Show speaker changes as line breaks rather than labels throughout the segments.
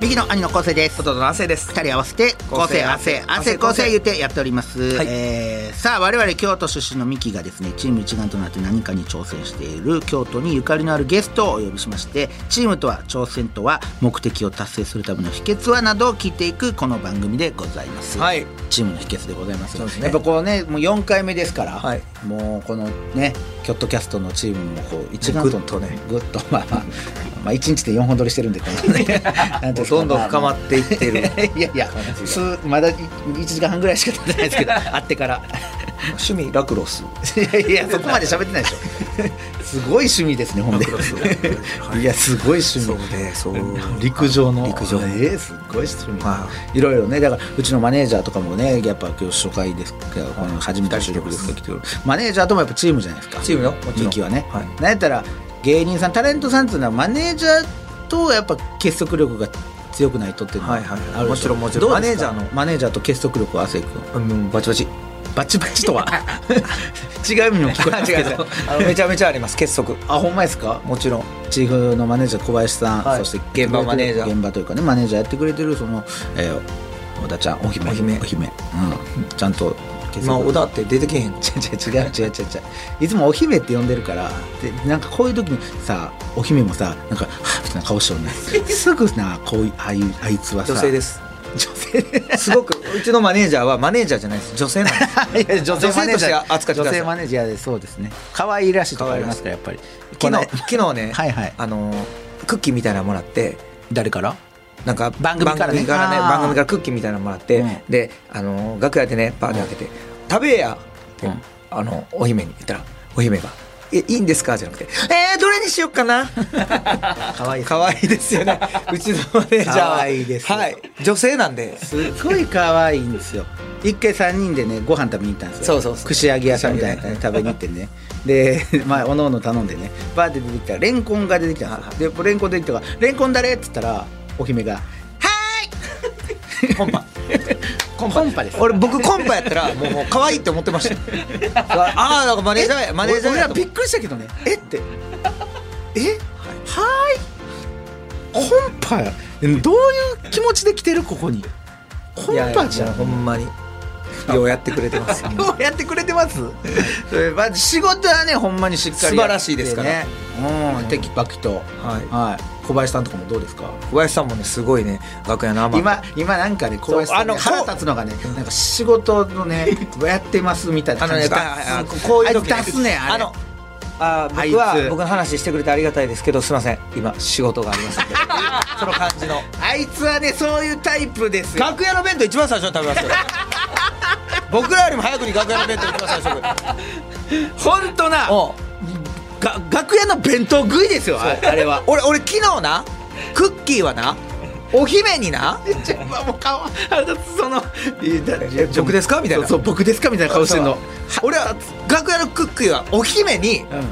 右の兄の昴生です
弟の亜生です
二人合わせて構成汗汗構成言ってやっております、
はい
えーさあ我々京都出身のミキがですねチーム一丸となって何かに挑戦している京都にゆかりのあるゲストをお呼びしましてチームとは挑戦とは目的を達成するための秘訣はなどを聞いていくこの番組でございます、
はい
チームの秘訣でございます
そうですね
やっぱこうねもう4回目ですから、
はい
もうこのねキョットキャストのチームもこう一丸
ぐっとね
グッとまあまあまあ、1日で4本撮りしてるんでこのね なんていうんですか
どんどん深まっていってる
いやいや
感じが
すまだ1時間半ぐらいしか経ってないですけ ど会ってから
趣味ラクロス
いやいやそこまで喋ってないでしょ すごい趣味ですねほんで
ラクロスはい
いやすごい趣味
そうねそう
陸上の
陸上
えーすごい趣味、、
はい
ろいろねだからうちのマネージャーとかもねやっぱ今日初回ですけど、この初めての収録ですけど来てるマネージャーともやっぱチームじゃないですか
チームよもちろん
ミキはね、
はい
なんやったら芸人さんタレントさんっていうのはマネージャーとやっぱ結束力が強くないとっていうのは
はいはいはい
あるでしょ
もちろんもちろん
どうですか
マネージャー
マネージャーと結束力は亜生君
うんバチバチ
バチバチ とは 違う意味にも聞こえますけど
あのめちゃめちゃあります結束
あほんまですか
もちろん
チーフのマネージャー小林さん、
はい
そして
現場マネージャー
現場というかねマネージャーやってくれてるその、えー、小田ちゃんお姫
お姫
お姫、うん、ちゃんと
まあ小田って出てけへ
違
ん
う違う違う違う違う違ういつもお姫って呼んでるからでなんかこういう時にさお姫もさなんかはぁみたいな顔しちゃう ねすぐなこういああいうあいつはさ
女性です
女性
すごくうちのマネージャーはマネージャーじゃないです 女性なんです
いや女性マネージャー
扱ってください
女性マネージャーでそうですね可愛いらしいとこありますからやっぱり
昨
こ
日
の
昨日ね、
はいはい
あのクッキーみたいなのもらって
誰から
なんか
番組からね
番組からね
あー
番組からクッキーみたいなのもらって、
うん
であの楽屋でねパーで開けて「食べや!」って、
うん
あのお姫に言ったらお姫が「えいいんですか?」じゃなくて「えー、どれにしよっかな」
可愛い
可愛いですよねうちのマネージャーは
可愛いです
はい女性なんです
ごい可愛いんですよ一回3人でねご飯食べに行ったんですよ
そうそうそう
串揚げ屋さんみたいな、ね、食べに行ってねで まあおのおの頼んでねバーって出てきたらレンコンが出てきたんですよでレンコン出てきたから「レンコン誰?」っつったらお姫が「はー い!」コンパコンパです
俺僕コンパやったらもうもう可愛いって思ってましたああなんかマネージャーやマネージャー
俺
や
ら
と
び
思
っ
って
くりしたけどねえってえはーいコンパやどういう気持ちで来てるここにコンパじゃん
いやいやほんまにようやってくれ てます
今日やってくれてます。 それまあ仕事はねほんまにしっかりやってね
素晴らしいですから。
うん、テキパキと。
はい
はい。小林さんとかもどうですか。
小林さんもねすごいね楽屋のアマ
今今なんかね小林さんね
そうあの
腹立つのがねなんか仕事のねやってますみたいな
あの
感
ね
じ出
ああ
す
こういう時
あいつ出すねあれ
のあ
あい
僕
つ
は僕の話してくれてありがたいですけどすいません今仕事がありますん でその感じの
あいつはねそういうタイプですよ。
楽屋の弁当一番最初に食べますよ 僕らよりも早くに楽屋の弁当一番最初に
本当な
おう。
が楽屋の弁当食いですよあれあれは
俺俺昨日なクッキーはなお姫にな
じゃあもう顔腹立つその
僕ですかみたいな
そうそう僕ですかみたいな顔してんの。
そう俺は楽屋のクッキーはお姫に
うん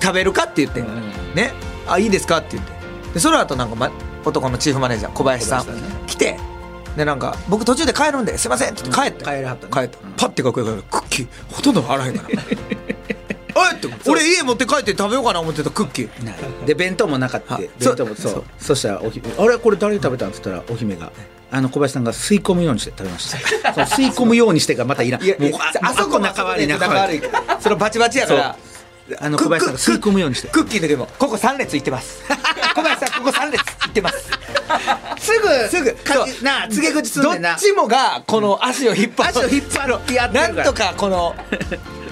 食べるかって言って、
うん
ねあいいですかって言ってでその後なんか、ま、男のチーフマネージャー小林さん
小林さん
来てでなんか僕途中で帰るんですいませんって言って帰って、
帰りはったね
帰って、パッて楽屋からクッキーほとんど洗えへんから えって俺家持って帰って食べようかな思ってたクッキー
ないで弁当もなかった
は
弁
そう
当もそう
そ
そうしたらお姫「あれこれ誰食べたん?」って言ったらお姫が「あの小林さんが吸い込むようにして食べました」その吸い込むようにしてがまたいらん
いや
もう
いや
あそこ仲悪い仲悪い
そのバチバチやから
あの小林さんが吸い込むようにして
クッキーの時もここ3列行ってます 小林さんここ3列行ってます
すぐ
すぐ
か
そう
なあ告げ口すんねんな
どっちもがこの足を引っ張
足を
る
引っ張ろうやって
な
る
ん
から
とかこの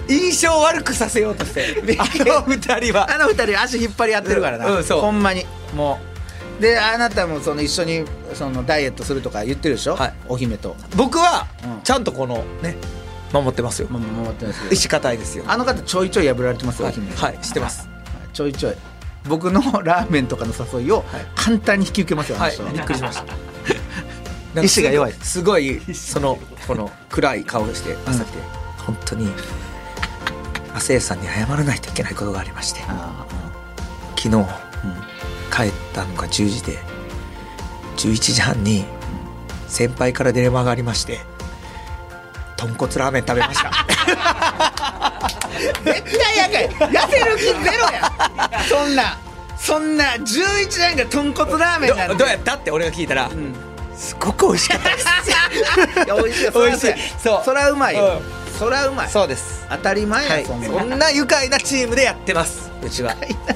印象を悪くさせようとしてあの二人は
あの二人足引っ張り合ってるからな、
うんうんそう
ほんまにもうであなたもその一緒にそのダイエットするとか言ってるでしょ、
はい
お姫と
僕は
うん
ちゃんとこのね守ってますよ
まあ守ってますけど
石堅いですよ
あの方ちょいちょい破られてますよ、
は
お姫
いはいしてます
ちょいちょい僕の ラーメンとかの誘いを
い
簡単に引き受けますよ、
はい
あの人
びっくりしました
意志が弱い
すごいそのこの暗い顔をして朝来て本当に亜生さんに謝らないといけないことがありまして
あ
昨日、帰ったのが10時で11時半に先輩から電話がありまして豚骨ラーメ ン食べました
絶対やかい痩せる気ゼロやそん なそんな11段が豚骨ラーメンなん
ど
て
どうやったって俺が聞いたら、
ん
すごく美味しかったです
いや美味しいよそらそうや
美味しいそう
そらうまいよ、
うん
そらうまい
そうです
当たり前や、
はい
そんな
そんな愉快なチームでやってますうちは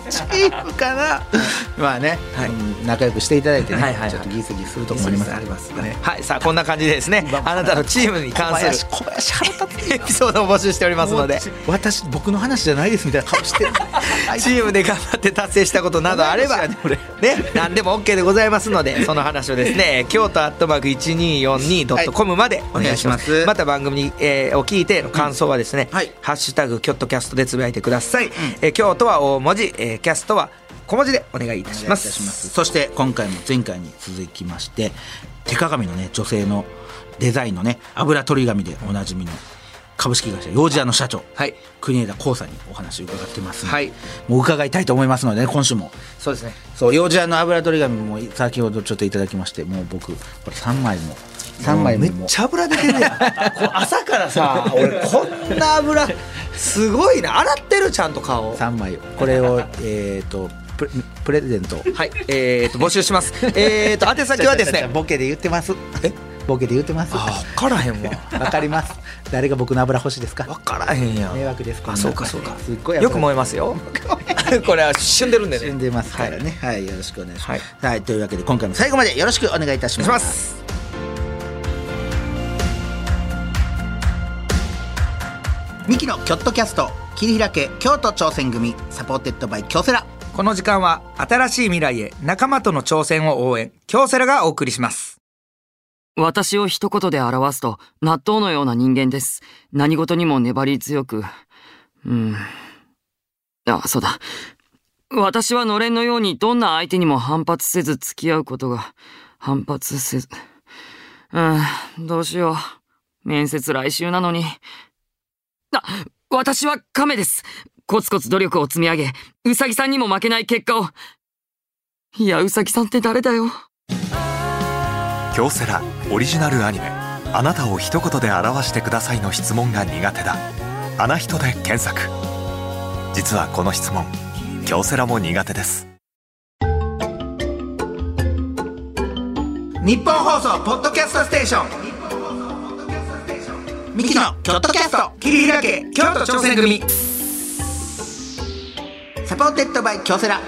チームかな まあね、
はい
うん仲良くしていただいてね、
はいはいはい
ちょっとギスギスするとこもあります
あります
ね
はいさあこんな感じでですねあなたのチームに関する
小林小林腹立つ
エピソードを募集しておりますので
私僕の話じゃないですみたいな顔してるあいつ
チームで頑張って達成したことなどあれば
同い
ね
年やね
何でも OK でございますのでその話をですね京都アットマーク 1242.com までお願いします,、
お願いします
また番組に、えーを聞いての感想はですね「
はい
ハッシュタグキョットキャスト」でつぶやいてください、えー京都は大文字、えーキャストは小文字でお願いいたし
お願
ま
いいた
す
しますそして今回も前回に続きまして手鏡のね女性のデザインのね油取り紙でおなじみの株式会社ヨージアの社長、
はい
国枝光さんにお話を伺ってますので
はい
もう伺いたいと思いますので、ね、今週も
そうですね
そう幼児屋の油取り紙も先ほどちょっといただきましてもう僕これ3枚も3枚も
めっちゃ油出てるやん こう朝からさ俺こんな油すごいな洗ってるちゃんと顔
3枚これ をえっ、とプレプレゼント
はい、えー、と募集します。え ー、と宛先はですね、
ボケで言ってますえボケで言ってます
あ分からへんわ。
わかります誰が僕の油欲しいですか
分からへんや
迷
ん。
惑ですこんな
あ、そうかそうか。
すっごい
よく燃えますよ。 これは死んでるんでね。
死んでますからねはい、よろしくお願いします、は
はいい
というわけで今回も最後までよろしくお願いいたし
お願い
ま
し
す
ます。
ミキのキョットキャスト切り開け京都挑戦組サポーテッドバイ京セラ
この時間は新しい未来へ仲間との挑戦を応援、京セラがお送りします。
私を一言で表すと、納豆のような人間です。何事にも粘り強く。うん。あ、そうだ。私はのれんのようにどんな相手にも反発せず付き合うことが、反発せず。うん、どうしよう。面接来週なのに。あ、私は亀です。コツコツ努力を積み上げ、うさぎさんにも負けない結果を。いや、うさぎさんって誰だよ。
京セラオリジナルアニメ「あなたを一言で表してください」の質問が苦手だ「あな人」で検索実はこの質問京セラも苦手です
日本放送ポッドキャストステーションミキのキョットキャスト切り開け
京都挑戦組。
サポーテッドバイ京セラ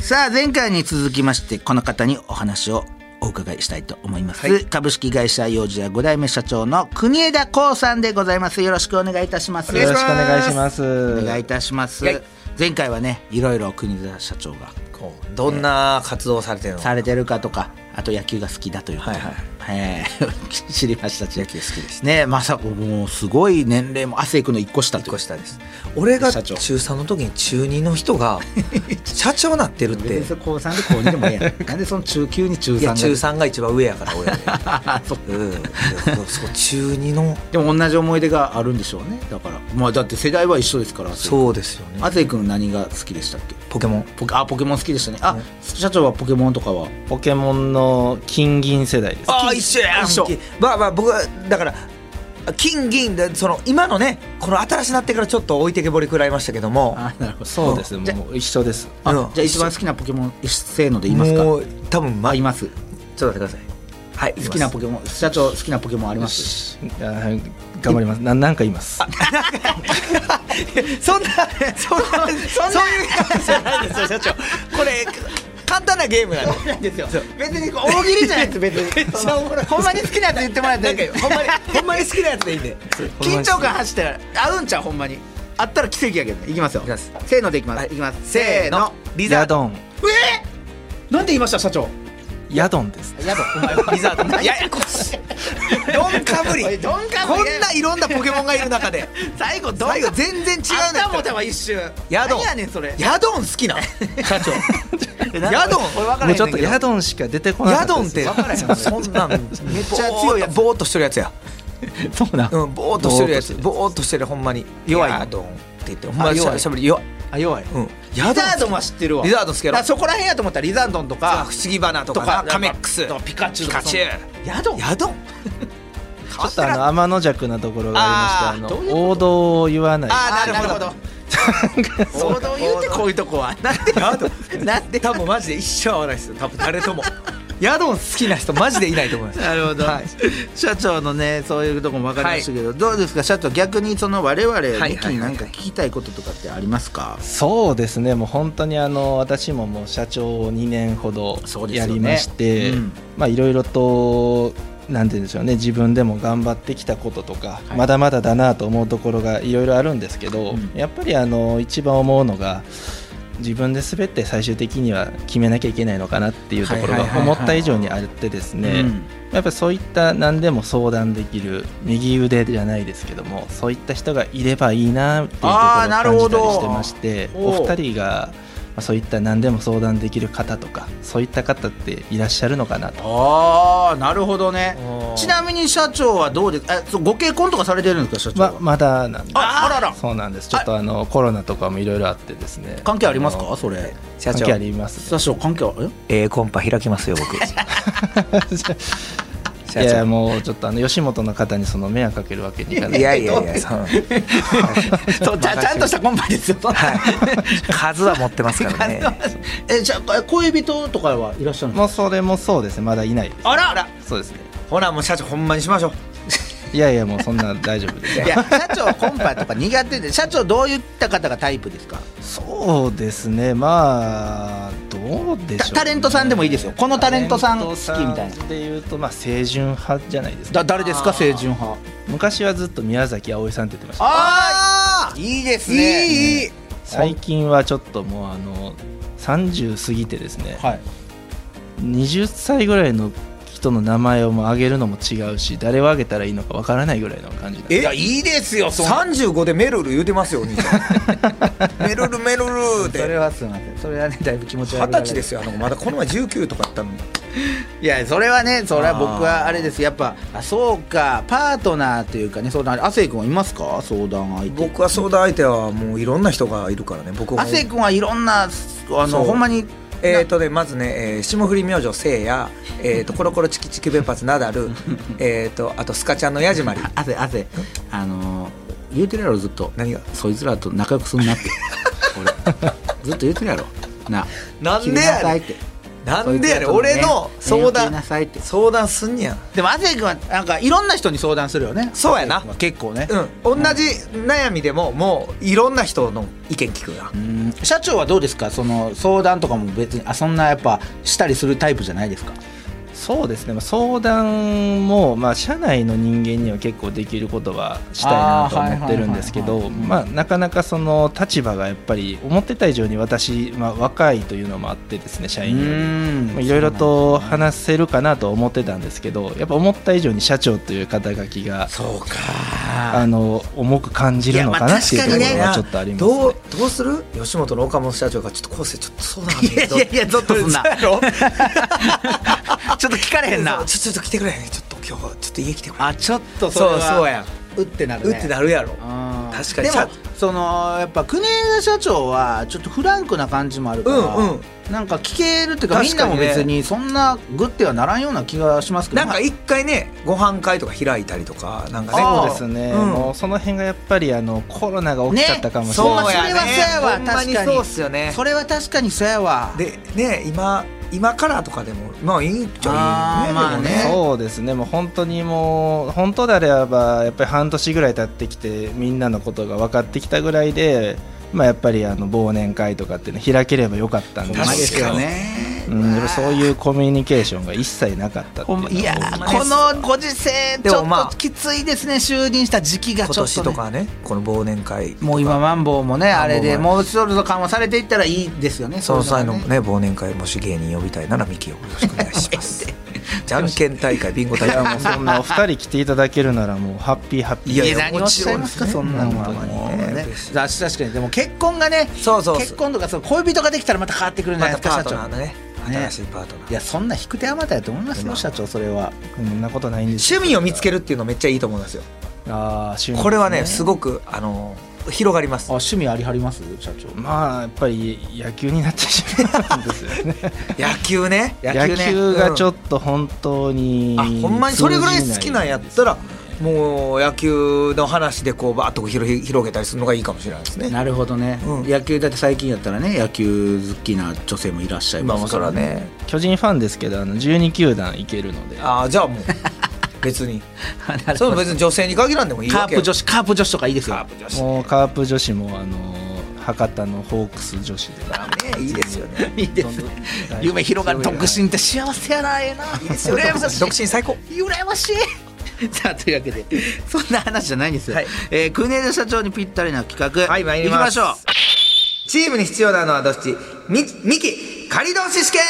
さあ前回に続きましてこの方にお話をお伺いしたいと思います、株式会社幼児や5代目社長の国枝光さんでございますよろしくお願いいたします
お願いします
よろしくお願いします。
お願いいたします
はい
前回はねいろいろ国枝社長が
こうどんな活動をされてるの？
されてるかとかあと野球が好きだということ、
はいはい
えー 知りました野
野球好きです
ねまさこもうすごい年齢も汗いくの一個下という
越下です。俺が
社長
中3の時に中2の人が社長なってるっ
別
て
に。それ高3で高2でもええや んなんでその中級に中3
いや
が
中3が一番上やから俺 うんいやそう中2の
でも同じ思い出があるんでしょうねだからまあだって世代は一緒ですからう
そうですよね
亜生君何が好きでしたっけ
ポケモン
ポケあポケモン好きでしたねあ社長はポケモンとかは
ポケモンの金銀世代です。
ああ一緒や
一緒
まあまあ僕はだから金銀でその今のねこの新しなってからちょっと置いてけぼり食らいましたけども
あなるほど
そうです。
じゃ
もう一緒です。
あ
うん
じゃあ一番好きなポケモンせーので言いますか
もう多分ま
あ
あ
い
今
ます
ちょっと待ってくださいはい
好きなポケモン社長好きなポケモンあります
しあはい頑張ります。ななんか言います。
ケモンそんなそんなそんなそういうじゃないですよ社長これ簡単なゲームなの
ですよ別にこう大喜利じゃないです別にそのほんまに好きなやつ言ってもらって
ほんまにほんまに好きなやつでいいんで
緊張感走ったら合うんちゃうほんまにあったら奇跡やけどねいきますよ
いきます
せーのでいきます、
はい
い、きます
せ
せ
ー
ーの
のリザ
ヤ
ード
ドン。
えー、なんで言いました社長
ヤドンです。
やば
リザードややこしい ドンかぶり
おいどんかぶり
こんないろんなポケモンがいる中で
最後どん
最後全然違う
あった
の
も
よ
たわ一瞬
ヤドン
何やねんそれ
ヤドン好きな社長 ヤドン
俺分からへ
もうんち
ね
ょっ
ん
と
けど
ヤドンしか出てこない。
ヤドンって
わからへん
そんなんめっ
ちゃ強いやつ
ぼーっとぼーっとしてるやつや
そうな
うん、ぼーっとしてるやつ
ぼーっとしてる
ぼーっとしてる
やつ
ほんまに
弱いの
ヤドンって言ってほんま
あ
にし
弱
ゃ
い
しゃべり弱い
あ弱い
うん
リザードンは知ってるわ
リザードン好きや
だ
ろ
からそこら辺やと思ったらリザードンと
あ
か
不思議花と
と
か
か
なカメックス
とかピカチュウ
ピ
とか
カチュウ
ヤドン
ヤドン
ちょっとあの天の弱なところがあり
あー
ましてあ
どう
の
いうこと
王道を言わない
あーなるほどそう言うてこういうとこはなんで
ヤドン
なんで
多分マジで一生合わないですよ多分誰ともヤドン好きな人マジでいないと思います
なるほど、
はい
社長のねそういうとこも分かりましたけど、どうですか社長逆にその我々ミ
はい
キに何か聞きたいこととかってありますか、
そうですねもう本当にあの私ももう社長を2年ほど
そうですよ
や
ね
りまして、
うん
まあいろいろとなんて言うんでしょうね自分でも頑張ってきたこととか、
はい
まだまだだなと思うところがいろいろあるんですけど、
うん
やっぱりあの一番思うのが自分で滑って最終的には決めなきゃいけないのかなっていうとこ
は
ろ
いはいはいはい
が思った以上にあってですね、
うん
やっぱそういった何でも相談できる右腕じゃないですけどもそういった人がいればいいなっていうところを
あーなる
感
ほ
じた
ど
りしてまして
お
お
う
二人がまあそういった何でも相談できる方とかそういった方っていらっしゃるのかなと
ああなるほどね
おー
ちなみに社長はどうですかご結婚とかされてるんですか社長は、
ままだなんです
ああらら
そうなんですちょっとあのコロナとかもいろいろあってですね
関係ありますか
の
それ
社
関
長
係ありますね
社長関係ある
ええコンパ開きますよ僕
い
社
やいや
長
もうちょっとあの吉本の方にその迷惑かけるわけにいかない
いやいやいやその
そうちゃちゃんとしたコンパですよ、
数は持ってますからね
えじゃあ恋人とかはいらっしゃるんです
もうそれもそうですねまだいないです
かあらあら
そうですね
ほらもう社長ほんまにしましょう
いやいやもうそんな大丈夫です
いや社長コンパとか苦手で社長どういった方がタイプですか
そうですねまあどうでしょう、ね
タ、タレントさんでもいいですよこのタレントさん好きみたいな
タレントさんでいうとまあ清純派じゃないですか
だ誰ですか清純派
昔はずっと宮崎あおいさんって言ってました
ああいいですねいいいい
最近はちょっともうあの30過ぎてですね、
はい
20歳ぐらいの人の名前をもう挙げるのも違うし誰を挙げたらいいのかわからないぐらいの感じなんで
いやいいですよそんな
35でメルル言うてますよお兄ちゃ んメルルメルル
それ
で
はすみませんそれはねだいぶ気持ち
二
悪い
十歳ですよあの子まだこの前19とかやったのに
いやそれはねそれは僕はあれですやっぱあそうかパートナーというかね相談亜生君はいますか相談相手
僕は相談相手はもういろんな人がいるからね僕も
亜生君はいろんなあ
そ
の
う
ほんまに
えーとね、まずね、えー霜降り明星せいや、えー、 とコロコロチキチキベンパツナダル えーとあとスカちゃんのヤジマリ
汗汗あのー言うてるやろずっと
何が
そいつらと仲良くすんなって俺ずっと言うてるやろな
なんでやねん
決めなさいって
なんでや
そいつら
ねん
と
俺
ね
の相
決め
談
なさいって
相談すんねや
でも亜生君はなんかいろんな人に相談するよね
そうやな
結構ね
うん同じ悩みでももういろんな人の意見聞くな
うん社長はどうですかその相談とかも別にあそんなやっぱしたりするタイプじゃないですか
そうですねまあ相談も、まあ、社内の人間には結構できることはしたいなと思ってるんですけ
あーはい
ど
はいはいはい
まあなかなかその立場がやっぱり思ってた以上に私、まあ、若いというのもあってですね社員よりまあいろいろと話せるかなと思ってたんですけどやっぱ思った以上に社長という肩書きが
そうか
あの重く感じるのかなっていうところがちょっとありますね
どうどうする吉本の岡本社長がちょっと昴生ちょっと相談あんねん
いや
け
い
ど
やいやゾッとすんな
そうやろ
ちょっと聞かれへんな
ちょちょっと来てくれちょっと今日ちょっと家来てくれ
あちょっとそれは
そうそうやん
うってなる
う
ね
ってなるやろ
うん
確かに
でも
さ
そのやっぱ国枝社長はちょっとフランクな感じもあるから、
うんうん
なんか聞けるっていうか
確かにね
みんなも別にそんなグッてはならんような気がしますけど
なんか一回ねご飯会とか開いたりとかなんかね
あ
そ
ー
うですね、
うん
もうその辺がやっぱりあのコロナが起きちゃったかもしれ
そう
ない、
やね
ほんまにそうっすよ
まあ
ね
それは確かにそうやわ
でね今今からとかでもまあいいっちゃいい
あー
ね
まあね
でも
そうですねもう本当にもう本当であればやっぱり半年ぐらい経ってきてみんなのことが分かってきたぐらいで、まあ、やっぱりあの忘年会とかっていうの開ければよかったんです
ほんま
確かに
ですよね
うん、でもそういうコミュニケーションが一切なかったって
ほ
いうんの
ま
はい
やー
まです
このご時世ち
で
ょ
もま
っ
あ
ときついですね就任した時期が
今
ちょっと、
年
ね、
とかねこの忘年会
もう今マンボウもねあれで
マンボウ
もうそろそろ緩和されていったらいいですよね
その際
う
の
いう
ね忘年会もし芸人呼びたいならミキをよろしくお願いします じゃんけん大会ビンゴ大
いやもう
会
そんなお二人来ていただけるならもうハッピーハッピー
い
い
や
や何をおっしゃいますか
もち
そ
ろん
んなのは
本当に
もうね
ね
だ確かにでも結婚がね
そうそうそう
結婚とかその恋人ができたらまた変わってくるんじゃな
ま
いで
た
す
パ
か社
ート
長
ナーのね新しいパートナー、
いやそんな引く手あまたやと思いますよ社長それは
そんなことないんです
趣味を見つけるっていうのめっちゃいいと思うんですよ
ああ趣味、
これはねすごくあの広がります
あ趣味ありはります社長
まあやっぱり野球になってしまうんですよね
野球ね野
野
ね
球がちょ
っ
っと本当に、
あほんまにそれぐらい好きなんやったら
通じないですね
もう野球の話でこうバーッと広げ広げたりするのがいいかもしれないですね
なるほどね、
うん
野球だって最近やったらね野球好きな女性もいらっしゃい
今
ま
も
すか
そ
ら
らね
巨人ファンですけどあの12球団いけるので
ああじゃあもう別 に
あなる
そ
ほど
れも別に女性に限らんでもいい
カ
わ
ー
け
プ
よ
女子カープ女子とかいいですよ
カープ女子
もうカープ女子もあの博多のホークス女子で
ねいいですよね
いいですね夢広がる独身って幸せやなええな 羨ましい
独身最高
羨ましい さあというわけでそんな話じゃないんですよ、
はい
えー、国枝社長にぴったりな企画、
はい参り
行き
ま
ますしょう
チームに必要なのはどっちみミキ仮同士試験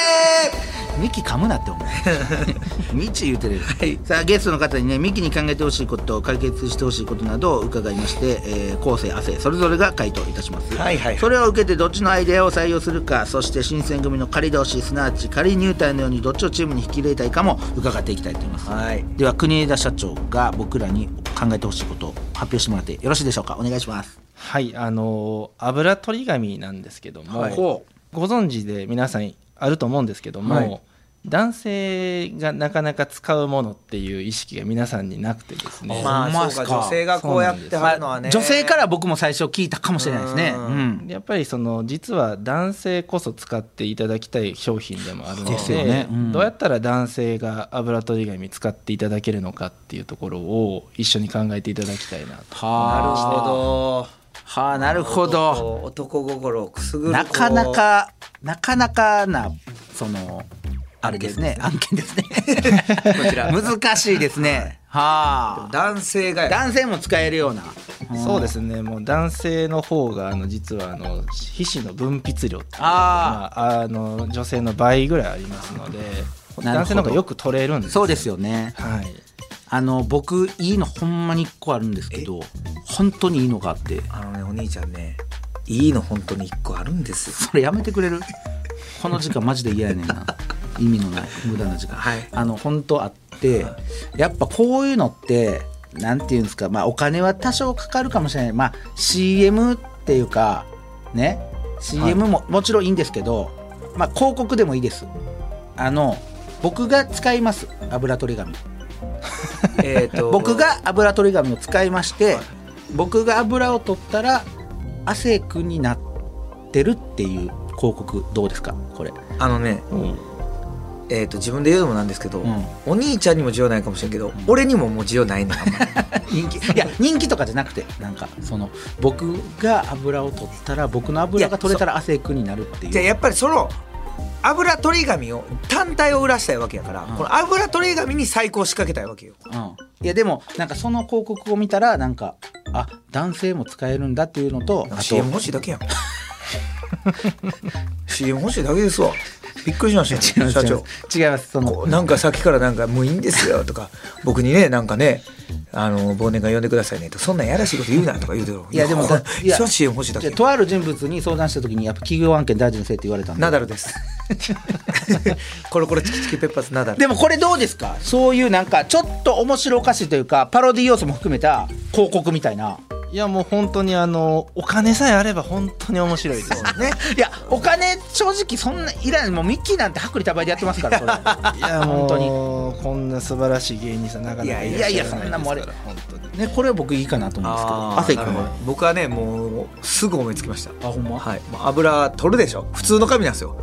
ミキ噛むなって思 うミチ言うてる、さあゲストの方にねミキに考えてほしいこと解決してほしいことなどを伺いまして、えー、後世亜生それぞれが回答いたします、
はいはいはい
それを受けてどっちのアイデアを採用するかそして新選組の仮同士すなわち仮入隊のようにどっちをチームに引き入れたいかも伺っていきたいと思います、
はい
では国枝社長が僕らに考えてほしいことを発表してもらってよろしいでしょうかお願いします
はいあの油取り紙なんですけども、
はい
ほ
ご存知で皆さんあると思うんですけども、
はい
男性がなかなか使うものっていう意識が皆さんになくてですね、
ま
ほんま
あ
っす
そ
か
うか女性がこうやってはるのはね
女性から僕も最初聞いたかもしれないですね
うん
うん
やっぱりその実は男性こそ使っていただきたい商品でもあるので
ですよねうん
どうやったら男性が油取り紙使っていただけるのかっていうところを一緒に考えていただきたいなと。
なる
は
ほど
はあなるほど
男男心をくすぐる
なかなかなかなかなそのあれですね案件ですね
こうこちら
難しいですねはあ
男性がや
男性も使えるような
そうですねもう男性の方があの実はあの皮脂の分泌量っていうのが
あ
まあ、あの女性の倍ぐらいありますので
なるほど
男性の方がよく取れるんです
そうですよね
はい
あの僕いいのほんまに1個あるんですけど本当にいいのがあって
あのねお兄ちゃんねいいの本当に一個あるんです よ
それやめてくれるこの時間マジで嫌やねんな意味のない無駄な時間、
はい
あの本当あってやっぱこういうのってなんていうんですか、まあ、お金は多少かかるかもしれない、まあ、CM っていうかね CM ももちろんいいんですけど、まあ、広告でもいいですあの僕が使います油取り紙
えーと
僕が油取り紙を使いまして僕が油を取ったら亜生君になってるっていう広告どうですかこれ
あのねえーと自分で言うのもなんですけど
うん
お兄ちゃんにも需要ないかもしれんけど俺にももう需要ない ねんあんまり
人気いや人気とかじゃなくてなんかその僕が油を取ったら僕の油が取れたら亜生君になるっていう
じゃあやっぱりその油取り紙を単体を売らしたいわけやから
うん
この油取り紙に最高仕掛けたいわけよ
うん、いやでもなんかその広告を見たらなんかあ男性も使えるんだっていうのとあと
CM 欲しいだけやん CM 欲しいだけですわびっくりしました
違い
よ
ます
社長
違いますその
こうなんかさっきからなんかもういいんですよとか僕にねなんかねあの忘年会呼んでくださいねとそんなんやらしいこと言うなとか言うてる
いやでもいや
一緒 CM 欲しいだ
じゃ
け
あとある人物に相談した時にやっぱ企業案件大事にせえって言われたんで
ナダルです コロコロチキチキペッパーズナダル
でもこれどうですかそういうなんかちょっと面白おかしいというかパロディ要素も含めた広告みたいない
やもう本当にあのお金さえあれば本当に面白いです
ね
いやお金正直そんないらないもうミッキーなんて薄利多売でやってますからそれ
いや
本
本
当
当
に
にこんな素晴らしい芸人さんなかなか
いや
いやいやそんなもんあれ
いらっしゃらないですから 本当に
ねこれは僕いいかなと思うんですけど
あ
汗い
な
く
るほど
の
僕はねもうすぐ思いつきました
あほんま
はいもう油取るでしょ普通の紙なんですよ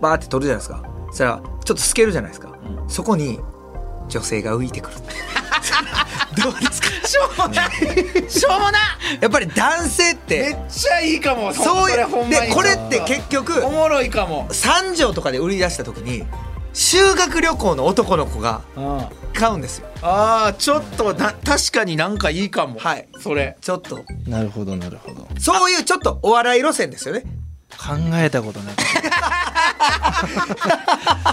バーって取るじゃないですかそしたらちょっと透けるじゃないですか、そこに女性が浮いてくる どうですかしょうもない
しょうもな
やっぱり男性って
めっちゃいいかも
そういうでこれって
結
結局
構おもろいかも、
三条とかで売り出した時に修学旅行の男の子が
あ
買うんですよ
あちょっとな確かになんかいいかも
はい
それ
ちょっと
なるほどなるほど考
そういうちょっとお笑い路線ですよね
えたことなかっ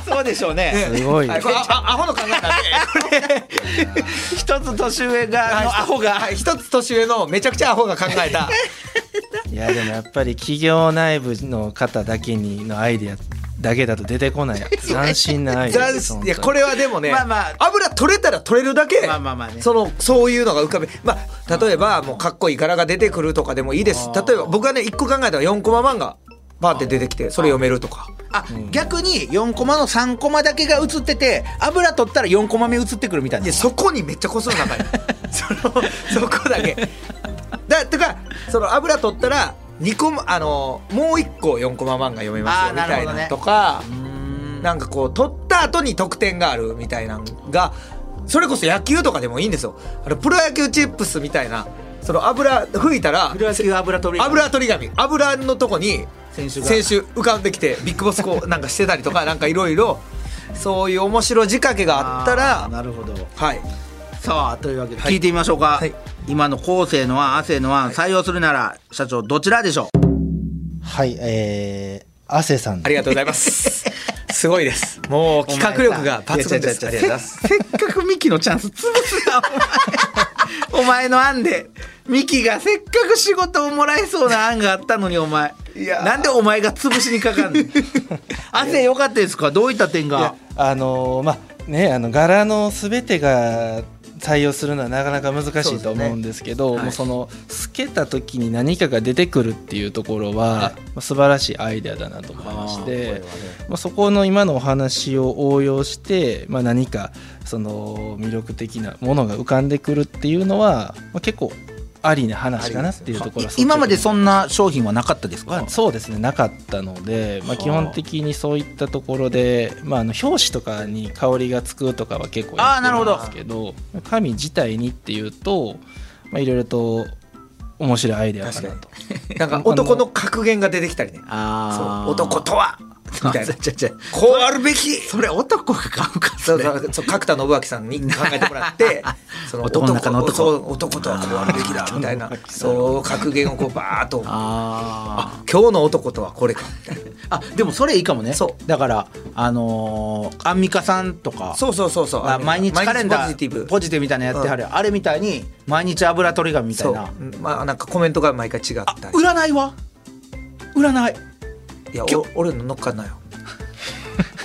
そうでしょうね
たすごい
はい、これああアホの考えなんでこれ
一つ年上があのアホが
はい一つ年上のめちゃくちゃアホが考えた
いやでもやっぱり企業内部の方だけにのアイデアだけだと出てこない斬新なアイデア
斬
です
新いやこれはでもね、
まあまあ
油取れたら取れるだけ、
まあまあまあね
そのそういうのが浮かべ、まあ、例えばもうかっこいい柄が出てくるとかでもいいです例えば僕はね1個考えたら4コマ漫画バーって出てきてそれ読めるとか
あ、逆に4コマの3コマだけが映ってて油取ったら4コマ目映ってくるみたい
い
な
やそこにめっちゃこする中に そのそこだけだとかその油取ったら2コマあのもう1個4コマ漫画読めま
あ
すよ
ー
み
なる
た
ほ
い
どね
なとか。
うん
なんかこう取った後に得点があるみたいなのがそれこそ野球とかでもいいんですよあのプロ野球チップスみたいなその油吹いたら
プロ野球油取り
油取り紙油のとこに
選手が
選手浮かんできてビッグボスこうなんかしてたりとかなんかいろいろそういう面白仕掛けがあった
あー
ら
なるほど
はい
さあというわけで聞いてみましょうか、
はい
今の後世の案亜生の案採用するなら社長どちらでしょう
はいえー、亜生さん
ありがとうございますすごいですもう企画力が抜群ですありがとうございます
せっかくミキのチャンス潰すなお前お前の案でミキがせっかく仕事をもらえそうな案があったのにお前なんでお前が潰しにか かんの汗良かったですかどういった点が
あのーまあねあの柄のすべてが採用するのはなかなか難しいと思うんですけどもうその透けた時に何かが出てくるっていうところは、まあ素晴らしいアイデアだなと思いましてまあ、そこの今のお話を応用して、まあ、何かその魅力的なものが浮かんでくるっていうのは、まあ、結構ありな話かなっていうところは率直に
今までそんな商品はなかったですか、
まあ、そうですねなかったので、まあ、基本的にそういったところで、まあ、あの表紙とかに香りがつくとかは結構
あ
や
ー
って
なるほど
るんですけど紙自体にっていうと、まあ、いろいろと面白いアイデアかなと
なんか男の格言が出てきたりね
あ
そう男とはみたいな
ちゃちゃ
こうあるべき
それ男が買うか
そ
そうれ
そうそう角田信明さんに考えてもらって その
男の中の男
そう男とはこうあるべきだみたいなそう格言をこうバーッとあ
あ
今日の男とはこれかみたいな
ああでもそれいいかもね
そ
だからあのーアンミカさんとか
そうそうそうそう
あ毎日カレンダー
毎日ポジティブ
ポジティブみたいなのやってはる、あれみたいに毎日油取り紙みた
そ
いうな
まあなんかコメントが毎回違ったり
占いは占い
いやお俺の乗っか んなよ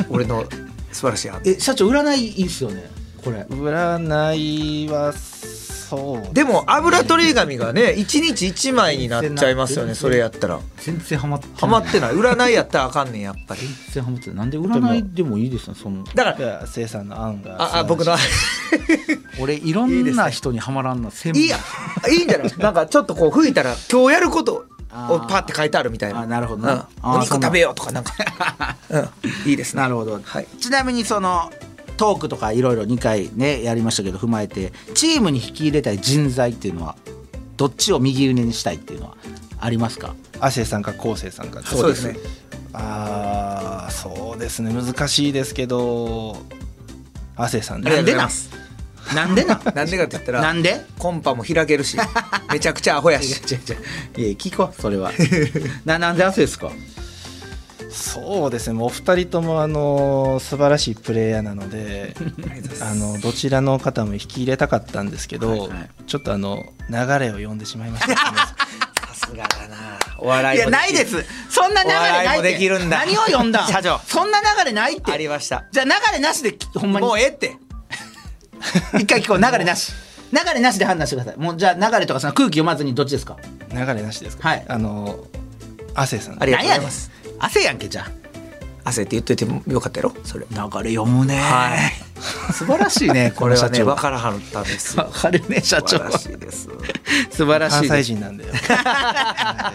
俺の素晴らしい案
え社長占いいいっすよねこれ
占いはそうですね
でも油取り紙がね一日一枚になっちゃいますよねそれやったら
全然ハマってない
ハマってない占いやったらあかんねんやっぱり
全然ハマってないなんで占いでもいいですねその
だから
じゃあ生産の案が
ああ僕の
俺いろんな人にはまらんな専門
いいや、いいんじゃないなんかちょっとこう吹いたら今日やることをパって書いてあるみたいな。
あなるほど
う
ね
ん
あー
お肉
そんな
食べようとかなんか。 うん、いいですね。
なるほど、
はい
ちなみにそのトークとかいろいろ2回ねやりましたけど踏まえてチームに引き入れたい人材っていうのはどっちを右腕にしたいっていうのはありますか
亜生さんか昴生さんかって
そうですね。
ああそうですね難しいですけど亜生さん
ありがとうご
で
ざい
な
ます。
なんでな
なんでかって言った ら、
なんで
コンパも開ける し、めちゃくちゃアホやし。
違う違ういや聞こうそれ はななんで汗ですか
そうですねもうお二人ともあの素晴らしいプレイヤーな のであのどちらの方も引き入れたかったんですけど、
はいはい
ちょっとあの流れを読んでしまいまし た
さすがだな。お笑
い
いも
や
でき
ないですそんな流れ
お
な
笑
い
い
っ
も
て
できるんだ
何を読んだん
社長
そんな流れないって
ありました。
じゃあ流れなしでほんまに
もうええって。
一回聞こう流れなし流れなしで判断してくださいもうじゃあ流れとかその空気読まずにどっちですか
流れなしですか、
はい
あの亜生さん
ありがとうございます。
なんやねん汗やんけじゃあ
汗って言っといてもよかったやろそれ。
流れ読むね、
はい。
素晴らしいね こ
こ
れ
れ
は
はね、
ね
分
わ
からはったんですよ。
かるね社
素
長
晴らしいです。
素晴らし
関
いで
西
す
人なんで
あ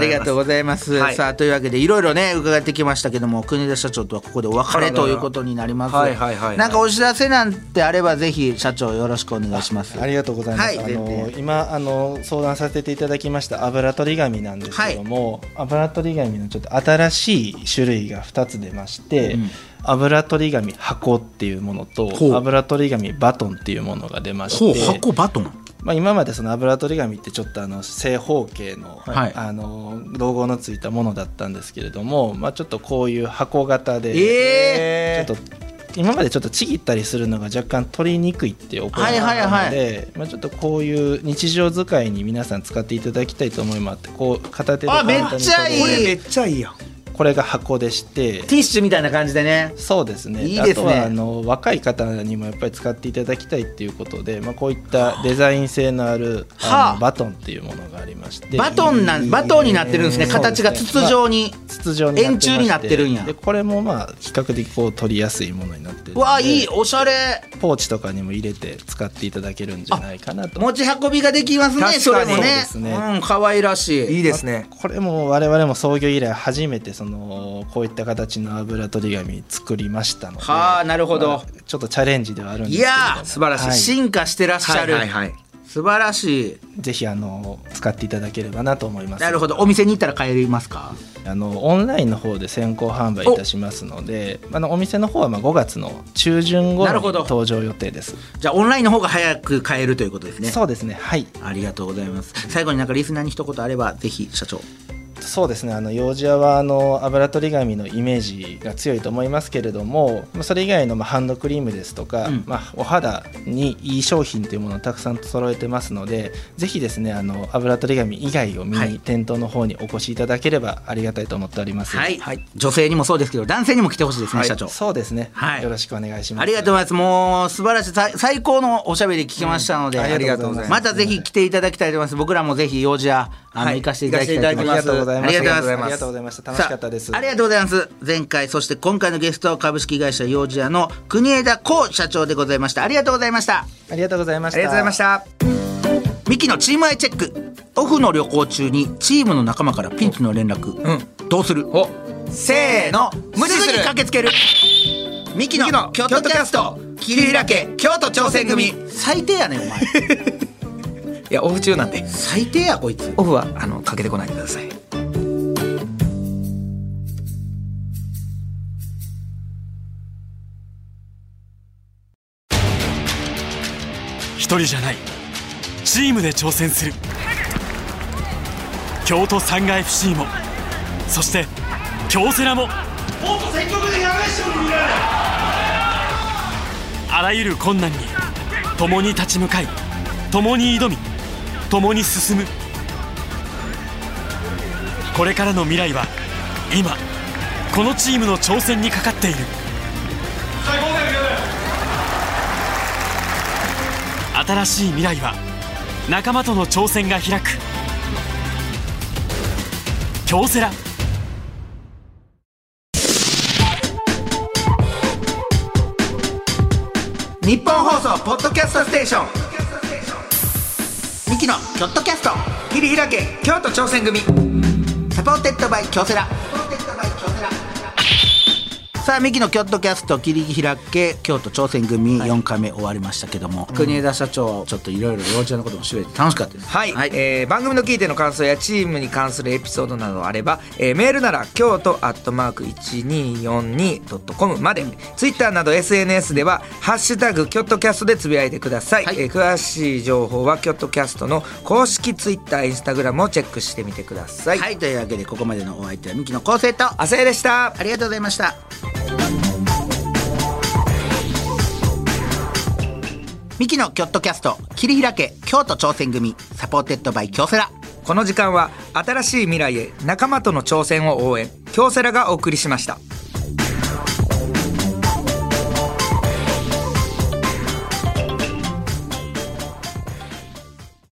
りがとうございます、
はい
さあというわけでいろいろね伺ってきましたけども国枝社長とはここでお別れ
あららら
ということになります
はいはいはいはい
なんかお知らせなんてあればぜひ社長よろしくお願いします
ありがとうございます、
はい
あの
全
今あの相談させていただきました油取り紙なんですけども、油取り紙のちょっと新しい種類が2つ出まして、油取り紙箱っていうものと
ほう
油取り紙バトンっていうものが出まして、
バトン
まあ、今までその油取り紙ってちょっとあの正方形の,、
はい
あのロゴのついたものだったんですけれども、まあ、ちょっとこういう箱型で、
え
ちょっと今までちょっとちぎったりするのが若干取りにくいっていうお声があったので、
はいはい
まあ、ちょっとこういう日常使いに皆さん使っていただきたいと思いもあってこう片手で
あ
簡
め
単に
っちゃいい
取れる
めっちゃいいやん。
ここれが箱でし
テ
て
ィッシュみたいな感じでね
そうですね
いいですね
あとはあの若い方にもやっぱり使っていただきたいっていうことで、まあ、こういったデザイン性のある
はあ
あのバトンっていうものがありまして
バトンなんバトンになってるんですね形が筒状に、
筒状になってまして
円柱になってるんや
でこれもまあ比較的こう取りやすいものになってるんで
わあいいおしゃれ
ポーチとかにも入れて使っていただけるんじゃないかなと
持ち運びができますね
確かに
それも
そう
ね
ですね
うん可愛らしい
いいですね
これも我々も創業以来初めてそのこういった形の油取り紙作りましたので
はあなるほど
まあちょっとチャレンジではあるんです
い
けれども
やー
素晴らしい
は
進化してらっしゃる、
い
素晴らしい
ぜひあの使っていただければなと思います
なるほどお店に行ったら買えますか
あのオンラインの方で先行販売いたしますのであのお店の方はまあ5月の中旬
なる
頃
ほ
に
ど
登場予定です、
じゃあオンラインの方が早く買えるということですね
そうですねはい
ありがとうございます最後になんかリスナーに一言あればぜひ社長
そうですねあの幼児屋はあの油取り紙のイメージが強いと思いますけれどもまあそれ以外のまあハンドクリームですとか、
うん
まあ、お肌にいい商品というものをたくさん揃えてますのでぜひですねあの油取り紙以外を見に、
はい
店頭の方にお越しいただければありがたいと思っております
はい、女性にもそうですけど男性にも来てほしいですね、社長
そうですね、
はい
よろしくお願いします
ありがとうございます。もう素晴らしいさい最高のおしゃべり聞きましたので、
うんありがとうございます
たぜひ来ていただきたいと思います。僕らもぜひ用事やあの、
はい
行かせていただきたいと思いま
あり
す。
がとうございます
ありがとうござい
あ
ま
りが
す
とう。ございました楽しかったです
さあありがとうございます前回そして今回のゲストは株式会社幼児屋の国枝幸社長でございましたありがとうございました
ありがとうございまし
あ
た
りがとうございました
ミキのチームアイチェックオフの旅行中にチームの仲間からピンチの連絡、どうする
せーの無視
す
す
ぐに
る
駆けつけるミキの京都キャスト桐平家京都挑戦組最低やねんお前
いやオフ中なんで
最低やこいつ
オフはあのかけてこないでください
一人じゃないチームで挑戦する京都サンガ FC もそして京セラもあらゆる困難に共に立ち向かい共に挑み共に進むこれからの未来は今このチームの挑戦にかかっている新しい未来は仲間との挑戦が開く京セラ
日本放送ポッドキャストステーションミキのキョットキャスト桐平家京都挑戦組サポーテッドバイ京セラさあミキのキョットキャスト桐平家京都挑戦組4回目終わりましたけども、国枝社長ちょっといろいろ幼稚園のことも知れて楽しかったです
はい、えー番組の聞いての感想やチームに関するエピソードなどあれば、えーメールなら京都アットマーク 1242.com まで、ツイッターなど SNS では「ハッシュタグキョットキャスト」でつぶやいてください、えー詳しい情報はキョットキャストの公式ツイッターインスタグラムをチェックしてみてください、
はい、というわけでここまでのお相手はミキの昴生とあ
あさやでした
りがとうございましたミキのキョットキャスト桐平家京都挑戦組サポーテッドバイ京セラ
この時間は新しい未来へ仲間との挑戦を応援京セラがお送りしました